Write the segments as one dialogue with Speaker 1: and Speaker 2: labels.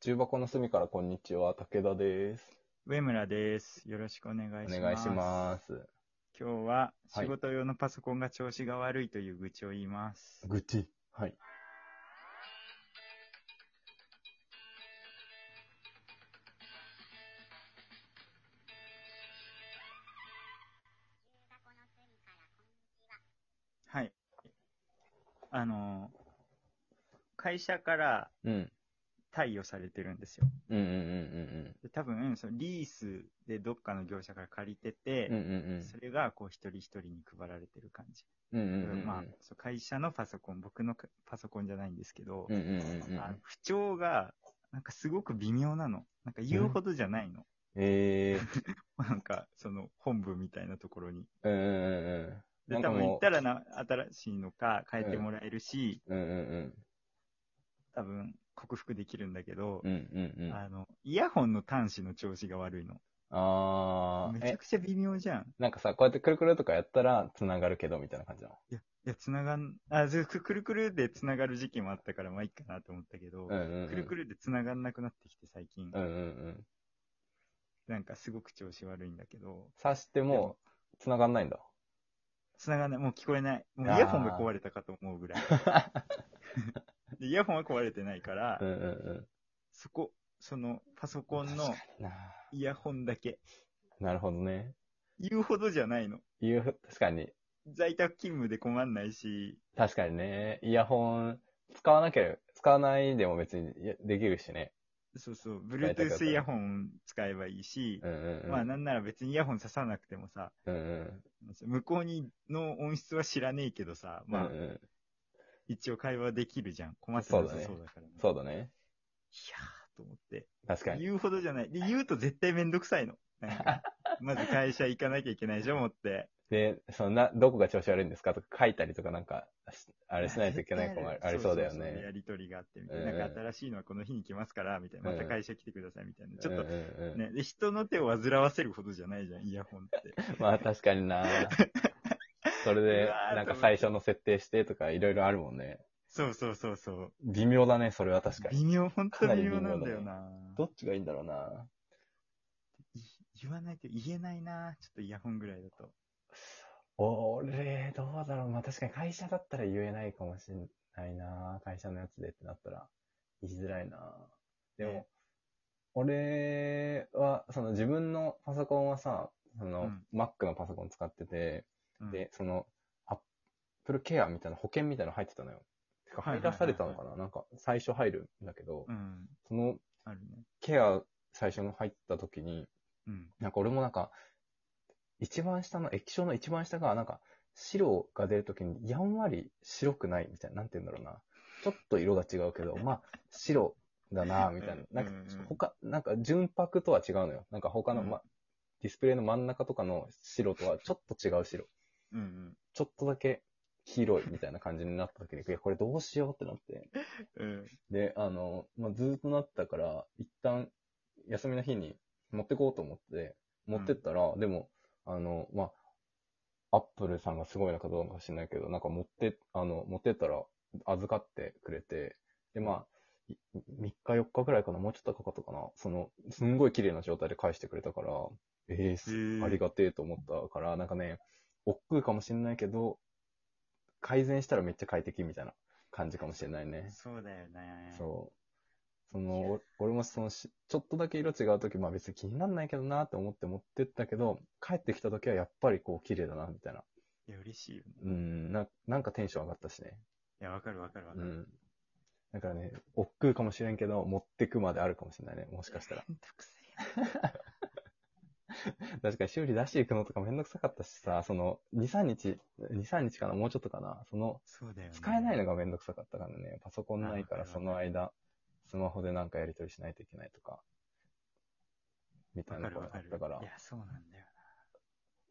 Speaker 1: 重箱の隅からこんにちは、武田です。
Speaker 2: 上村です。よろしくお願い
Speaker 1: お
Speaker 2: します。
Speaker 1: 願いします。
Speaker 2: 今日は
Speaker 1: はい
Speaker 2: 仕事用のパソコンが調子が悪いという愚痴を言います。
Speaker 1: 愚痴。はい。
Speaker 2: はい。あの、会社から
Speaker 1: うん。
Speaker 2: 貸与されてるんですよ。
Speaker 1: うんうんうん
Speaker 2: で多分、そのリースでどっかの業者から借りて
Speaker 1: う
Speaker 2: て、
Speaker 1: んうん。うんうん
Speaker 2: それがこう一人一人に配られてる感じ。
Speaker 1: うん。うんうんうん。
Speaker 2: まあ、そう会社のパソコン、僕のかパソコンじゃないんですけど、
Speaker 1: うんうんうんうん
Speaker 2: あの不調がなんかすごく微妙なの。なんか言うほどじゃないの。
Speaker 1: え
Speaker 2: なんか、その本部みたいなところに。
Speaker 1: ー。うんうんうんうん。なん
Speaker 2: で、多
Speaker 1: か
Speaker 2: 分行
Speaker 1: も
Speaker 2: ったらな新しいのか変えてもらえるし、
Speaker 1: う、うんうんうん。
Speaker 2: 多分克服できるんだけど
Speaker 1: う、んうんうん。
Speaker 2: あの、イヤホンの端子の調子が悪いの。
Speaker 1: あ
Speaker 2: め
Speaker 1: ー。
Speaker 2: ちゃ
Speaker 1: え、
Speaker 2: くちゃ微妙じゃん。
Speaker 1: なんかさ、こうやってくるくるとかやったら繋がるけど、みたいな感じなの。
Speaker 2: いや、いや、つながん、あ、ずくくるくるでつながる時期もあったから、まあいいかなと思ったけど、
Speaker 1: うんうんうん。
Speaker 2: くるくるでつながんなくなってきて最近、
Speaker 1: うんうんうん。
Speaker 2: なんかすごく調子悪いんだけど、
Speaker 1: 刺して
Speaker 2: でも
Speaker 1: も、繋がんないんだ。
Speaker 2: つながんない、もう聞こえない。もう
Speaker 1: あー
Speaker 2: イヤホンが壊れたかと思うぐ らい。でイヤホンは壊れてないから、
Speaker 1: うんうんうん。
Speaker 2: そこ、そのパソコン
Speaker 1: 確
Speaker 2: の
Speaker 1: かにな
Speaker 2: イヤホンだけ、
Speaker 1: なるほどね。
Speaker 2: 言うほどじゃないの。
Speaker 1: 言う、確かに、
Speaker 2: 在宅勤務で困んないし、
Speaker 1: 確かにね、イヤホン、使わなければ、使わないでも別にやできるしね。
Speaker 2: そうそう、
Speaker 1: 在宅だった
Speaker 2: Bluetooth
Speaker 1: ら
Speaker 2: イヤホン使えばいいし
Speaker 1: う、んうんうん。
Speaker 2: まあなんなら別にイヤホン刺さなくてもさ、
Speaker 1: うんうん。
Speaker 2: 向こうにの音質は知らねえけどさ、まあ、
Speaker 1: うんうん
Speaker 2: 一応会話できるじゃん。困ってなさそうだからね。いや
Speaker 1: そうだね。
Speaker 2: ーと思って。
Speaker 1: 確かに。
Speaker 2: 言うほどじゃない。で、言うと絶対めんどくさいの。なんか、まず会社行かなきゃいけないじゃん、思って。
Speaker 1: で、そんな、どこが調子悪いんですかとか書いたりとかなんか、しあれしないといけない子もあありそうだよ
Speaker 2: そそそや
Speaker 1: ね。
Speaker 2: りとりがあってみた
Speaker 1: う
Speaker 2: い
Speaker 1: んう
Speaker 2: な。
Speaker 1: ん
Speaker 2: なんか新しいのはこの日に来ますから、みたいな。
Speaker 1: うん
Speaker 2: また会社来てください、みたいな。ちょっ
Speaker 1: う
Speaker 2: と
Speaker 1: んうんうん
Speaker 2: ね、で人の手を煩わせるほどじゃないじゃん、イヤホン って。
Speaker 1: まあ確かに なそれ
Speaker 2: う
Speaker 1: で
Speaker 2: わー、
Speaker 1: なんか最初の設定してとかいろいろあるもんね。
Speaker 2: そうそうそうそう。
Speaker 1: 微妙だね、それは確かに。
Speaker 2: 微妙、本当
Speaker 1: かなり
Speaker 2: 微
Speaker 1: 微妙
Speaker 2: 妙
Speaker 1: だ
Speaker 2: な
Speaker 1: ね
Speaker 2: んだよな。
Speaker 1: どっちがいいんだろうない
Speaker 2: 言わないと言えないな。ちょっとイヤホンぐらいだと。
Speaker 1: 俺、どうだろう。まあ、確かに会社だったら言えないかもしれないな。会社のやつでってなったら、言いづらいな。でも、
Speaker 2: ね
Speaker 1: 俺は、その自分のパソコンはさ、その、
Speaker 2: うん
Speaker 1: Mac のパソコン使ってて、
Speaker 2: うん
Speaker 1: で、その、Apple Care みたいな保険みたいなの入ってたのよ。てか
Speaker 2: はい
Speaker 1: 入
Speaker 2: はいはいはい
Speaker 1: らされたのかななんか、最初入るんだけど、
Speaker 2: うん。
Speaker 1: その、
Speaker 2: あるね。
Speaker 1: ケア最初の入った時に、
Speaker 2: うん。
Speaker 1: なんか俺もなんか、一番下の、液晶の一番下が、なんか、白が出るときに、やんわり白くないみたいな、なんて言うんだろうな。ちょっと色が違うけ ど、まあ、白だな、みたいな。なんか
Speaker 2: うんうん、
Speaker 1: 他、なんか、純白とは違うのよ。なんか他の、
Speaker 2: うん
Speaker 1: ま、ディスプレイの真ん中とかの白とはちょっと違う白。
Speaker 2: うんうん。
Speaker 1: ちょっとだけ黄色いみたいな感じになったときに、いやこれどうしようってなって。
Speaker 2: うん。
Speaker 1: で、あの、まあ、ずーっとなったから、一旦、休みの日に持ってこうと思って、持ってったら、でも、あの、まあ、アップルさんがすごいのかどうかは知らないけど、なんか持って、あの、持ってったら、預かってくれて、で、まあ、3日4日くらいかな、もうちょっとかかったかな、その、すんごい綺麗な状態で返してくれたから、ええす
Speaker 2: へー
Speaker 1: ありがてえと思ったから、なんかね、億劫かもしれないけど、改善したらめっちゃ快適みたいな感じかもしれないね。
Speaker 2: そうだよね。
Speaker 1: そう。その、お俺もそのし、ちょっとだけ色違うとき、まあ別に気になんないけどなって思って持ってったけど、帰ってきたときはやっぱりこう綺麗だな、みたいな。
Speaker 2: いや、嬉しいよね。
Speaker 1: うん、ななんかテンション上がったしね。
Speaker 2: いや、わかるわかるわ
Speaker 1: う
Speaker 2: かる。
Speaker 1: ん。だからね、億劫かもしれんけど、持ってくまであるかもしれないね、もしかしたら。
Speaker 2: めんど くせえ。
Speaker 1: 確かに修理出していくのとかめんどくさかったしさ、その、2、3日、2、3日かな、もうちょっとかな、その、
Speaker 2: そうだよね。
Speaker 1: 使えないのがめんどくさかったからね、パソコンないから
Speaker 2: なる
Speaker 1: そ
Speaker 2: ほど
Speaker 1: の間、スマホでなんかやり取りしないといけないとか、みた
Speaker 2: わ
Speaker 1: い
Speaker 2: か
Speaker 1: な
Speaker 2: る
Speaker 1: こ
Speaker 2: わ
Speaker 1: と
Speaker 2: か
Speaker 1: あっ
Speaker 2: る。
Speaker 1: たから
Speaker 2: い、や、そうなんだよ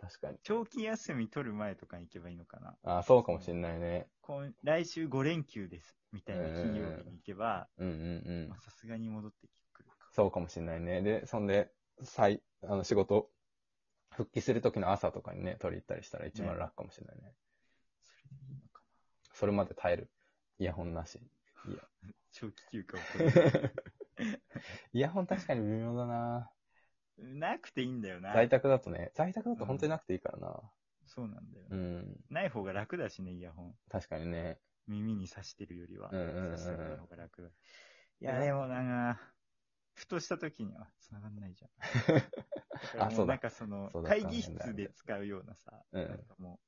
Speaker 2: な。
Speaker 1: 確かに。
Speaker 2: 長期休み取る前とかに行けばいいのかな。
Speaker 1: あそうかもしんないね。
Speaker 2: 今来週5連休です、みたいな金曜日に行けば、
Speaker 1: うんうんうん
Speaker 2: まあ。さすがに戻ってくるか。
Speaker 1: そうかもしんないね。で、そんで、再、あの、仕事、復帰する時の朝とかにね、取り行ったりしたら一番楽かもしんないね。
Speaker 2: それでいいのかな。
Speaker 1: そ れまで耐える。イヤホンなし。いや。
Speaker 2: 長期休暇を取る。
Speaker 1: イヤホン確かに微妙だな
Speaker 2: なくていいんだよな。
Speaker 1: 在宅だとね、在宅だと本当になくていいからな。
Speaker 2: そうなんだよ、
Speaker 1: うん、
Speaker 2: ない方が楽だしね、イヤホン。
Speaker 1: 確かにね。
Speaker 2: 耳に刺してるよりは。
Speaker 1: うんうんうんうん
Speaker 2: 刺してる方が楽だ。い
Speaker 1: い
Speaker 2: や、
Speaker 1: や
Speaker 2: でもなんか、ふとした時には繋がんないじゃん。
Speaker 1: あそうだ
Speaker 2: なんかその
Speaker 1: そう、だ
Speaker 2: 会議室で使うようなさ、
Speaker 1: うん
Speaker 2: なんかも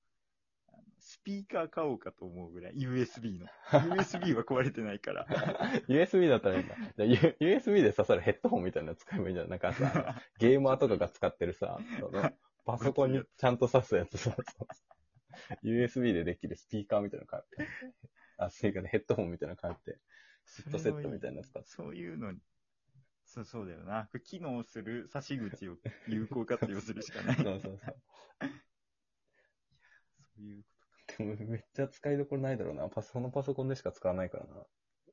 Speaker 2: う、あのスピーカー買おうかと思うぐらい、USB の。USB は壊れてないから。
Speaker 1: USB だったらいいんだ。じゃあ、U- USB で刺さるヘッドホンみたいなの使えばいいんじゃん。なんかさ、 ゲーマーとかが使ってるさ、そ のパソコンにちゃんと刺すやつさ、そうそう USB でできるスピーカーみたいなの買って。あ、スピーカーでヘッドホンみたいなの買って。
Speaker 2: セ
Speaker 1: ットセットみたいなやつか
Speaker 2: そういうのに。そう、そうだよな。これ機能する差し口を有効活用するしかない。
Speaker 1: そ
Speaker 2: そう
Speaker 1: うそうそう。
Speaker 2: いう
Speaker 1: でもめっちゃ使いどころないだろうな。パソコンのパソコンでしか使わないからな。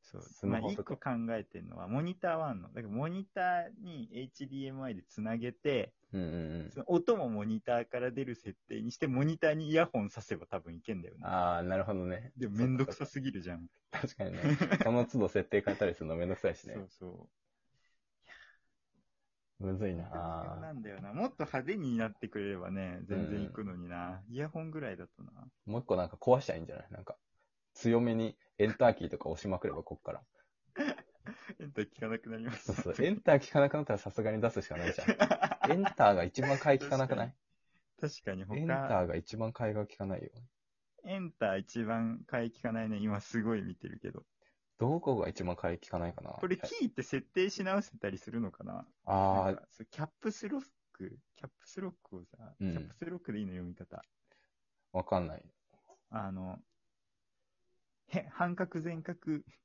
Speaker 2: そう。
Speaker 1: ス
Speaker 2: ま
Speaker 1: マ
Speaker 2: あ、
Speaker 1: ホ
Speaker 2: 一
Speaker 1: とか
Speaker 2: 個考えてるのは、モニターはあんの。だから、モニターに HDMI でつなげて、
Speaker 1: うんうん
Speaker 2: その音もモニターから出る設定にして、モニターにイヤホンさせば多分いけんだよ
Speaker 1: うん。
Speaker 2: ね。
Speaker 1: ああ、なるほどね。
Speaker 2: でも、めんどくさすぎるじゃん。
Speaker 1: 確かにね。その都度設定変えたりするのめんどくさいしね
Speaker 2: そ。うそう。
Speaker 1: むずいな
Speaker 2: なんだよな。もっと派手になってくれればね、全然行くのにな。イヤホンぐらいだとな。
Speaker 1: もう一個なんか壊しちゃいいんじゃないなんか、強めにエンターキーとか押しまくれば、こっから。
Speaker 2: エンター聞かなくなりまし
Speaker 1: そう
Speaker 2: た。
Speaker 1: そう、エンター聞かなくなったらさすがに出すしかないじゃん。エンターが一番買い聞かなくない
Speaker 2: 確かに
Speaker 1: エンタ
Speaker 2: 他、
Speaker 1: ーが一番買いが聞かないよ。
Speaker 2: エンター一番買い聞かないね。今すごい見てるけど。
Speaker 1: どこが一番買い聞かないかな
Speaker 2: これキーって設定し直せたりするのかなな
Speaker 1: あ
Speaker 2: ん
Speaker 1: あ、
Speaker 2: かそうキャップスロック、キャップスロックをさ、
Speaker 1: うん
Speaker 2: キャップスロックでいいの読み方。
Speaker 1: わかんない。
Speaker 2: あの、へ半角全角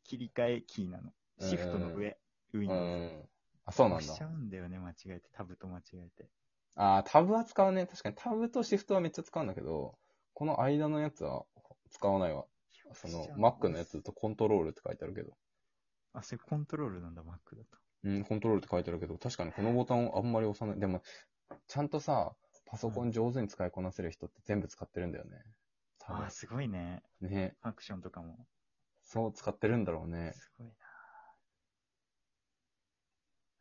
Speaker 2: 切り替えキーなの。
Speaker 1: うん
Speaker 2: シフトの上、
Speaker 1: う
Speaker 2: Windows。
Speaker 1: ん。あ、そうなん
Speaker 2: 押
Speaker 1: だ
Speaker 2: しち。ゃうんだよね、間違えて。タブと間違えて。
Speaker 1: ああ、タブは使うね。確かにタブとシフトはめっちゃ使うんだけど、この間のやつは使わないわ。そ
Speaker 2: 押
Speaker 1: の
Speaker 2: しちゃう、
Speaker 1: Mac のやつだとコントロールって書いてあるけど。
Speaker 2: あ、それコントロールなんだ、Mac だと。
Speaker 1: うん、コントロールって書いてあるけど、確かにこのボタンをあんまり押さない。でも、ちゃんとさ、パソコン上手に使いこなせる人って全部使ってるんだよね。多
Speaker 2: あー、すごいね。
Speaker 1: 分ね。
Speaker 2: ファクションとかも。
Speaker 1: そう使ってるんだろうね。
Speaker 2: すごい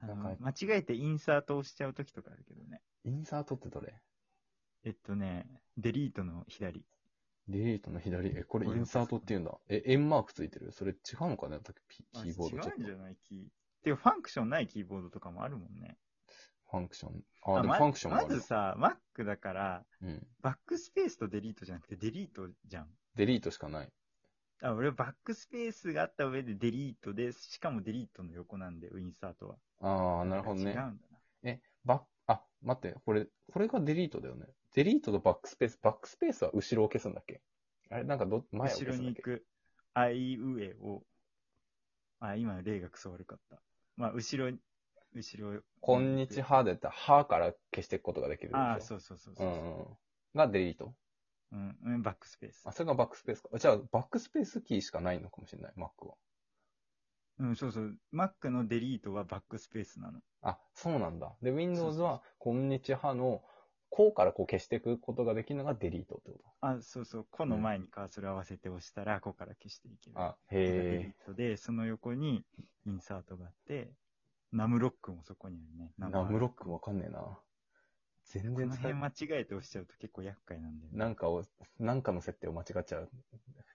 Speaker 2: な。
Speaker 1: な
Speaker 2: あ
Speaker 1: んか
Speaker 2: の間違えてインサート押しちゃうときとかあるけどね。
Speaker 1: インサートってどれ
Speaker 2: えっとね、デリートの左。
Speaker 1: デリートの左。え、これイ
Speaker 2: これ
Speaker 1: ンサートって言うんだ。え、円マークついてるそれ違うのかねさっき
Speaker 2: あ
Speaker 1: キーボード
Speaker 2: 違
Speaker 1: ちょっ
Speaker 2: うんじ
Speaker 1: と。
Speaker 2: ゃないキー。てか、ファンクションないキーボードとかもあるもんね。
Speaker 1: ファンクション。あ、でも
Speaker 2: ま
Speaker 1: ファンクションもあ
Speaker 2: ま
Speaker 1: る。
Speaker 2: ずさ、Mac だから、
Speaker 1: うん。
Speaker 2: バックスペースとデリートじゃなくてデリートじゃん。
Speaker 1: デリートしかない。
Speaker 2: あ、俺はバックスペースがあった上でデリートで、しかもデリートの横なんで、インサートは。
Speaker 1: ああ、なるほど
Speaker 2: 違うん
Speaker 1: ね
Speaker 2: だ。な。
Speaker 1: バッ、あ、待って、これ、これがデリートだよね。デリートとバックスペース。バックスペースは後ろを消すんだっけあれなんかど、前を
Speaker 2: 後
Speaker 1: 消
Speaker 2: ろ
Speaker 1: すんだ
Speaker 2: に
Speaker 1: っけ
Speaker 2: 行く、あいうえを、あ、今の例がクソ悪かった。まあ、後ろに、後ろ。
Speaker 1: こんにち。はでって、はから消していくことができるでしょ。
Speaker 2: ああ、そうそうそうそうう。
Speaker 1: んうん。がデリート。
Speaker 2: うん、うん、バックスペース
Speaker 1: あ、。それがバックスペースか。じゃあ、バックスペースキーしかないのかもしれない、Mac は。
Speaker 2: うん、そうそう。Mac のデリートはバックスペースなの。
Speaker 1: あ、そうなんだ。で、
Speaker 2: そう
Speaker 1: Windows
Speaker 2: そうそう
Speaker 1: は、こんにちはの、こうからこう消していくことができるのがデリートってこ
Speaker 2: あ、そうそう。この前にカーソル合わせて押したら、ここから消していける。
Speaker 1: と。あ、
Speaker 2: それがデリ
Speaker 1: へ
Speaker 2: ートで、その横にインサートがあって、ナムロックもそこにあるね。
Speaker 1: え。ナムロック
Speaker 2: も。
Speaker 1: わかんねえな。全
Speaker 2: こ
Speaker 1: 然
Speaker 2: の
Speaker 1: 使え
Speaker 2: 辺間
Speaker 1: な
Speaker 2: 違えて押しちゃうと結構厄介なんだよね。
Speaker 1: んかを、なんかの設定を間違っちゃう。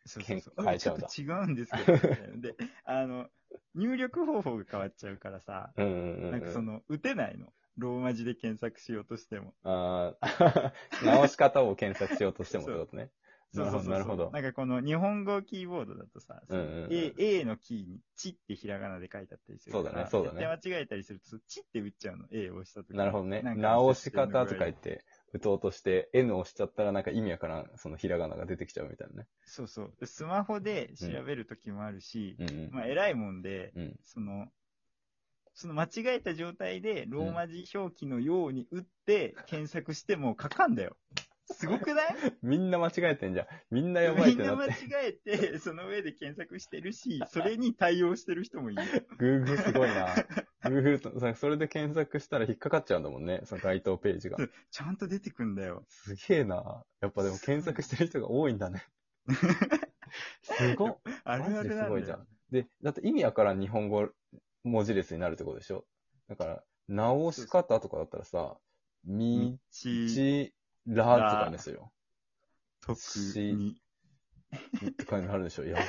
Speaker 2: そうそうそう。
Speaker 1: 変
Speaker 2: あ
Speaker 1: えち
Speaker 2: ち
Speaker 1: ゃ
Speaker 2: ょ
Speaker 1: う
Speaker 2: っ
Speaker 1: んだ
Speaker 2: と違うんですけど、みたいなで、あの、入力方法が変わっちゃうからさ、
Speaker 1: うんうんうん。
Speaker 2: なんかその、打てないの。ローマ字で検索しようとしても。
Speaker 1: あー 直し方を検索しようとしてもってことね。
Speaker 2: そうそうそうそう。
Speaker 1: なるほどなるほど
Speaker 2: なんかこの日本語キーボードだとさ、
Speaker 1: うんうんうん
Speaker 2: A, A のキーにチってひらがなで書いてあったりする
Speaker 1: そ
Speaker 2: から。
Speaker 1: うだねそうだね
Speaker 2: 絶対間違えたりすると、そうチって打っちゃうの。A を押した時
Speaker 1: なるほどね
Speaker 2: な。んか
Speaker 1: 直し方とか言っ
Speaker 2: 設定の具合で
Speaker 1: て、打とうとして、N を押しちゃったらなんか意味わからん、そのひらがなが出てきちゃうみたいなね。
Speaker 2: そうそう。でスマホで調べる時もあるし、
Speaker 1: うんうん。
Speaker 2: まあ偉いもんで、
Speaker 1: うん。
Speaker 2: その、その間違えた状態で、ローマ字表記のように打って、検索しても書かんだよ。すごくない
Speaker 1: みんな間違えてんじゃん。みんなやばい
Speaker 2: み
Speaker 1: っ
Speaker 2: ん
Speaker 1: て
Speaker 2: な
Speaker 1: なっ
Speaker 2: 間違
Speaker 1: て。
Speaker 2: えて、その上で検索してるし、それに対応してる人もいる。
Speaker 1: Google すごいな。Google とさ、それで検索したら引っかかっちゃうんだもんね。その該当ページが
Speaker 2: そ。うちゃんと出てくんだよ。
Speaker 1: すげえな。やっぱでも検索してる人が多いんだね。すごっ。
Speaker 2: あるある
Speaker 1: マジです
Speaker 2: な
Speaker 1: ご
Speaker 2: ん
Speaker 1: い
Speaker 2: だ
Speaker 1: じゃん
Speaker 2: よ。。
Speaker 1: で、だって意味わからん日本語文字列になるってことでしょだから、直し方とかだったらさ、み
Speaker 2: ち、
Speaker 1: ちらとかにするよ。
Speaker 2: 特に、
Speaker 1: って感じになるでしょやば。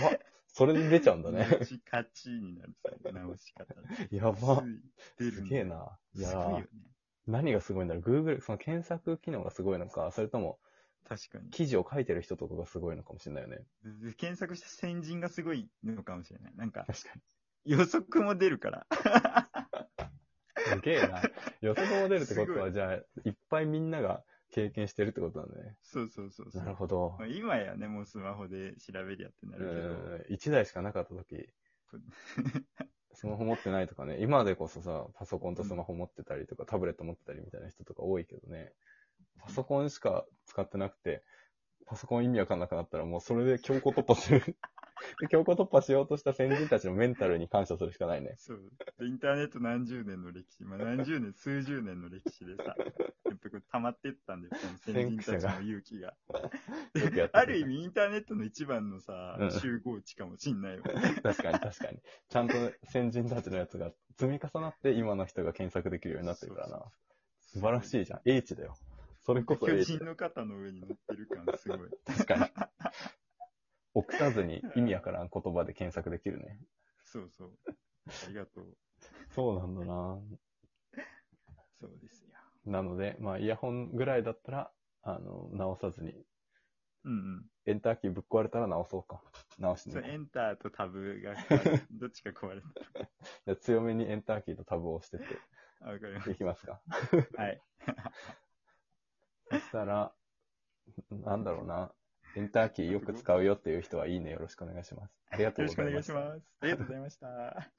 Speaker 1: それで出ちゃうんだね。
Speaker 2: 直し勝ちになる。直し方。
Speaker 1: やば。
Speaker 2: つい出
Speaker 1: す
Speaker 2: るんだ
Speaker 1: げえ。な。い
Speaker 2: すご
Speaker 1: や
Speaker 2: いよね
Speaker 1: ー。何がすごいんだろう ?Google、その検索機能がすごいのか、それとも
Speaker 2: 確かに。
Speaker 1: 記事を書いてる人とかがすごいのかもしれないよね。
Speaker 2: で検索した先人がすごいのかもしれない。なんか、
Speaker 1: 確か
Speaker 2: 予測も出るから。
Speaker 1: に。すげえな。 予測も出るってこ
Speaker 2: す
Speaker 1: と
Speaker 2: ご
Speaker 1: は、じゃあ、いっぱいみんなが経験してるってことなんだね。
Speaker 2: そうそうそうそう。
Speaker 1: なるほど
Speaker 2: まあ、。今やね、もうスマホで調べりゃってな
Speaker 1: う
Speaker 2: る
Speaker 1: ん、1台しかなかった時
Speaker 2: けど。
Speaker 1: スマホ持ってないとか ね、今でこそさ、パソコンとスマホ持ってたりとか、タブレット持ってたりみたいな人とか多いけどね、パソコンしか使ってなくて、パソコン意味わかんなくなったらもうそれで強行突破す る。で強行突破しようとした先人たちのメンタルに感謝するしかないね。
Speaker 2: そう。でインターネット何十年の歴史、まあ何十年、数十年の歴史でさ、やっぱこう溜まってったんだよ、この先人たちの勇気が。
Speaker 1: よくやってた
Speaker 2: ある意味インターネットの一番のさ
Speaker 1: うん、
Speaker 2: 集合値かもしんないよ。
Speaker 1: 確かに確かに。ちゃんと先人たちのやつが積み重なって今の人が検索できるようになってるからな。素晴らしいじゃん。英知だよ。 それこ そ
Speaker 2: 巨
Speaker 1: 英知
Speaker 2: 人の肩の上に乗ってる感すごい。
Speaker 1: 確かに。臆さずに意味わからん言葉で検索できるね。
Speaker 2: そうそう。ありがとう。
Speaker 1: そうなんだな。
Speaker 2: そうですよ。
Speaker 1: なので、まあ、イヤホンぐらいだったら、あの、直さずに、
Speaker 2: うんうん。
Speaker 1: エンターキーぶっ壊れたら直そうか。直しに
Speaker 2: そ
Speaker 1: 行
Speaker 2: う
Speaker 1: こ
Speaker 2: エ
Speaker 1: う。
Speaker 2: ンターとタブが壊れ、どっちか壊れた。
Speaker 1: じゃあ強めにエンターキーとタブを押して っ
Speaker 2: あわかりま
Speaker 1: て、いきますか。
Speaker 2: す。はい。
Speaker 1: そしたら、なんだろうな。エンターキ ーよく使うよっていう人はいいね、よろしくお願いします。ありがと
Speaker 2: よ
Speaker 1: う
Speaker 2: ろ
Speaker 1: ご
Speaker 2: しく
Speaker 1: ざ
Speaker 2: お
Speaker 1: い
Speaker 2: 願
Speaker 1: まし。
Speaker 2: いしたます。ありがとうございました。